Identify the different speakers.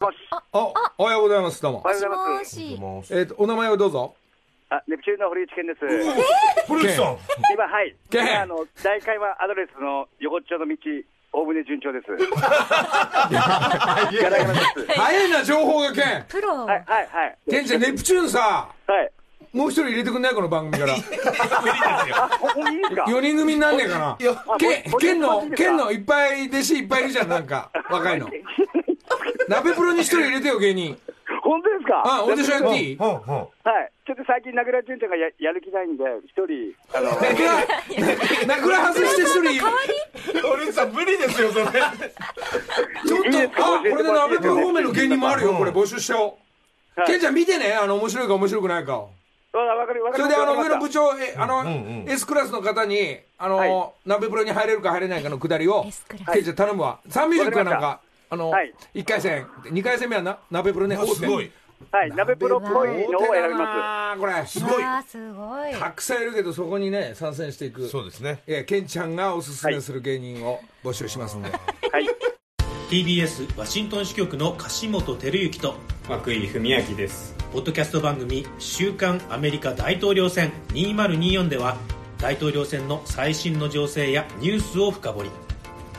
Speaker 1: もし。
Speaker 2: あ、おはようございます。どうも
Speaker 1: お。はようござい
Speaker 3: も
Speaker 1: ます。
Speaker 3: し。
Speaker 2: えっ、と、お名前をどうぞ。
Speaker 1: あ、ネプチューンの堀内健です。
Speaker 4: 堀内さん、
Speaker 1: 今、はい。
Speaker 2: 健
Speaker 1: 今あの、大会はアドレスの横っちょの道、おおむね順調です。 いやだからです。
Speaker 2: 早いな、情報がケン。
Speaker 3: プロ。
Speaker 1: はい、はい、はい。
Speaker 2: ケンちゃん、ネプチューンさ、
Speaker 1: はい。
Speaker 2: もう一人入れてくんないこの番 組から。
Speaker 1: あ、ほんいいですか
Speaker 2: 4人組になんねえかな。ケン、ケンの、ケンのいっぱい弟子いっぱいいるじゃん、なんか。若いの。鍋プロに一人入れてよ、芸人。
Speaker 1: 本当ですか
Speaker 2: あ、オーディションやっていい
Speaker 4: うんうん
Speaker 1: はい。ちょっと最近、名倉淳ちゃんがややる気ないんで、一人、あの、
Speaker 2: 名 倉、名倉外して一人。
Speaker 4: 堀内さん無理ですよそれ
Speaker 2: ちょっ
Speaker 1: いいです
Speaker 2: と、
Speaker 1: か
Speaker 2: あ、こ
Speaker 1: 教えて
Speaker 2: れで鍋プロ方面の芸人もあるよ、
Speaker 4: うん
Speaker 2: これ募集しちゃおう。
Speaker 1: はい
Speaker 2: ケンちゃん見てね、あの、面白いか面白くないかを。
Speaker 1: わわかる、わか
Speaker 2: そ
Speaker 1: る。
Speaker 2: れであの
Speaker 1: わ
Speaker 2: 上
Speaker 1: かり
Speaker 2: の
Speaker 1: ま
Speaker 2: 部
Speaker 1: し
Speaker 2: 長、えあの、
Speaker 4: んうん
Speaker 2: S クラスの方に、あの、
Speaker 1: はい
Speaker 2: 鍋風呂に入れるか入れないかのくだりを
Speaker 3: S クラ、ス
Speaker 2: ケイちゃん頼むわ。サンミュージックはなん
Speaker 1: わ
Speaker 2: か、あの、
Speaker 1: はい
Speaker 2: 一1回戦、2回戦目はな鍋風呂ね、大手
Speaker 4: すごい
Speaker 1: たはい、鍋プロっぽいのを選びま
Speaker 2: ます。これ、す
Speaker 3: す
Speaker 2: ごい。
Speaker 3: あーすごい。
Speaker 2: たくさんいるけど、そこにね、参戦していく。
Speaker 4: そうですね
Speaker 2: え、ケンちゃんがおすすめする芸人を募集しますんで。
Speaker 1: す。はい。
Speaker 5: TBS ワシントン支局の樫本照之と
Speaker 6: 涌井文明です
Speaker 5: ポッドキャスト番組「週刊アメリカ大統領選2024」では大統領選の最新の情勢やニュースを深掘り